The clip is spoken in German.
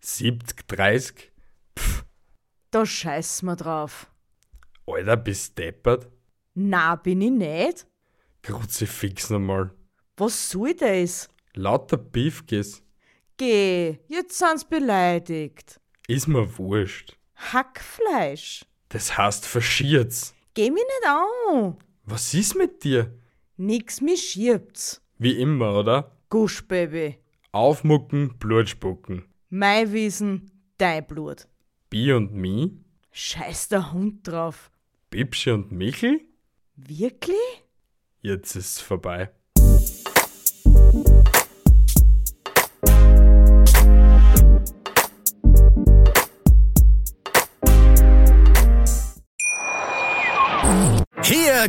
Siebt, 30? Da scheiß mal drauf. Alter, bist deppert? Na, bin ich nicht. Kruzifix nochmal. Was soll das? Lauter Beefkes. Geh, jetzt sind's beleidigt. Ist mir wurscht. Hackfleisch. Das heißt verschiert's. Geh mich nicht an. Was ist mit dir? Nix mich schiebt's. Wie immer, oder? Gusch, Baby. Aufmucken, Blut spucken. Mein Wissen, dein Blut. Bi und Mi? Scheiß der Hund drauf. Bibsche und Michel? Wirklich? Jetzt ist's vorbei. Hier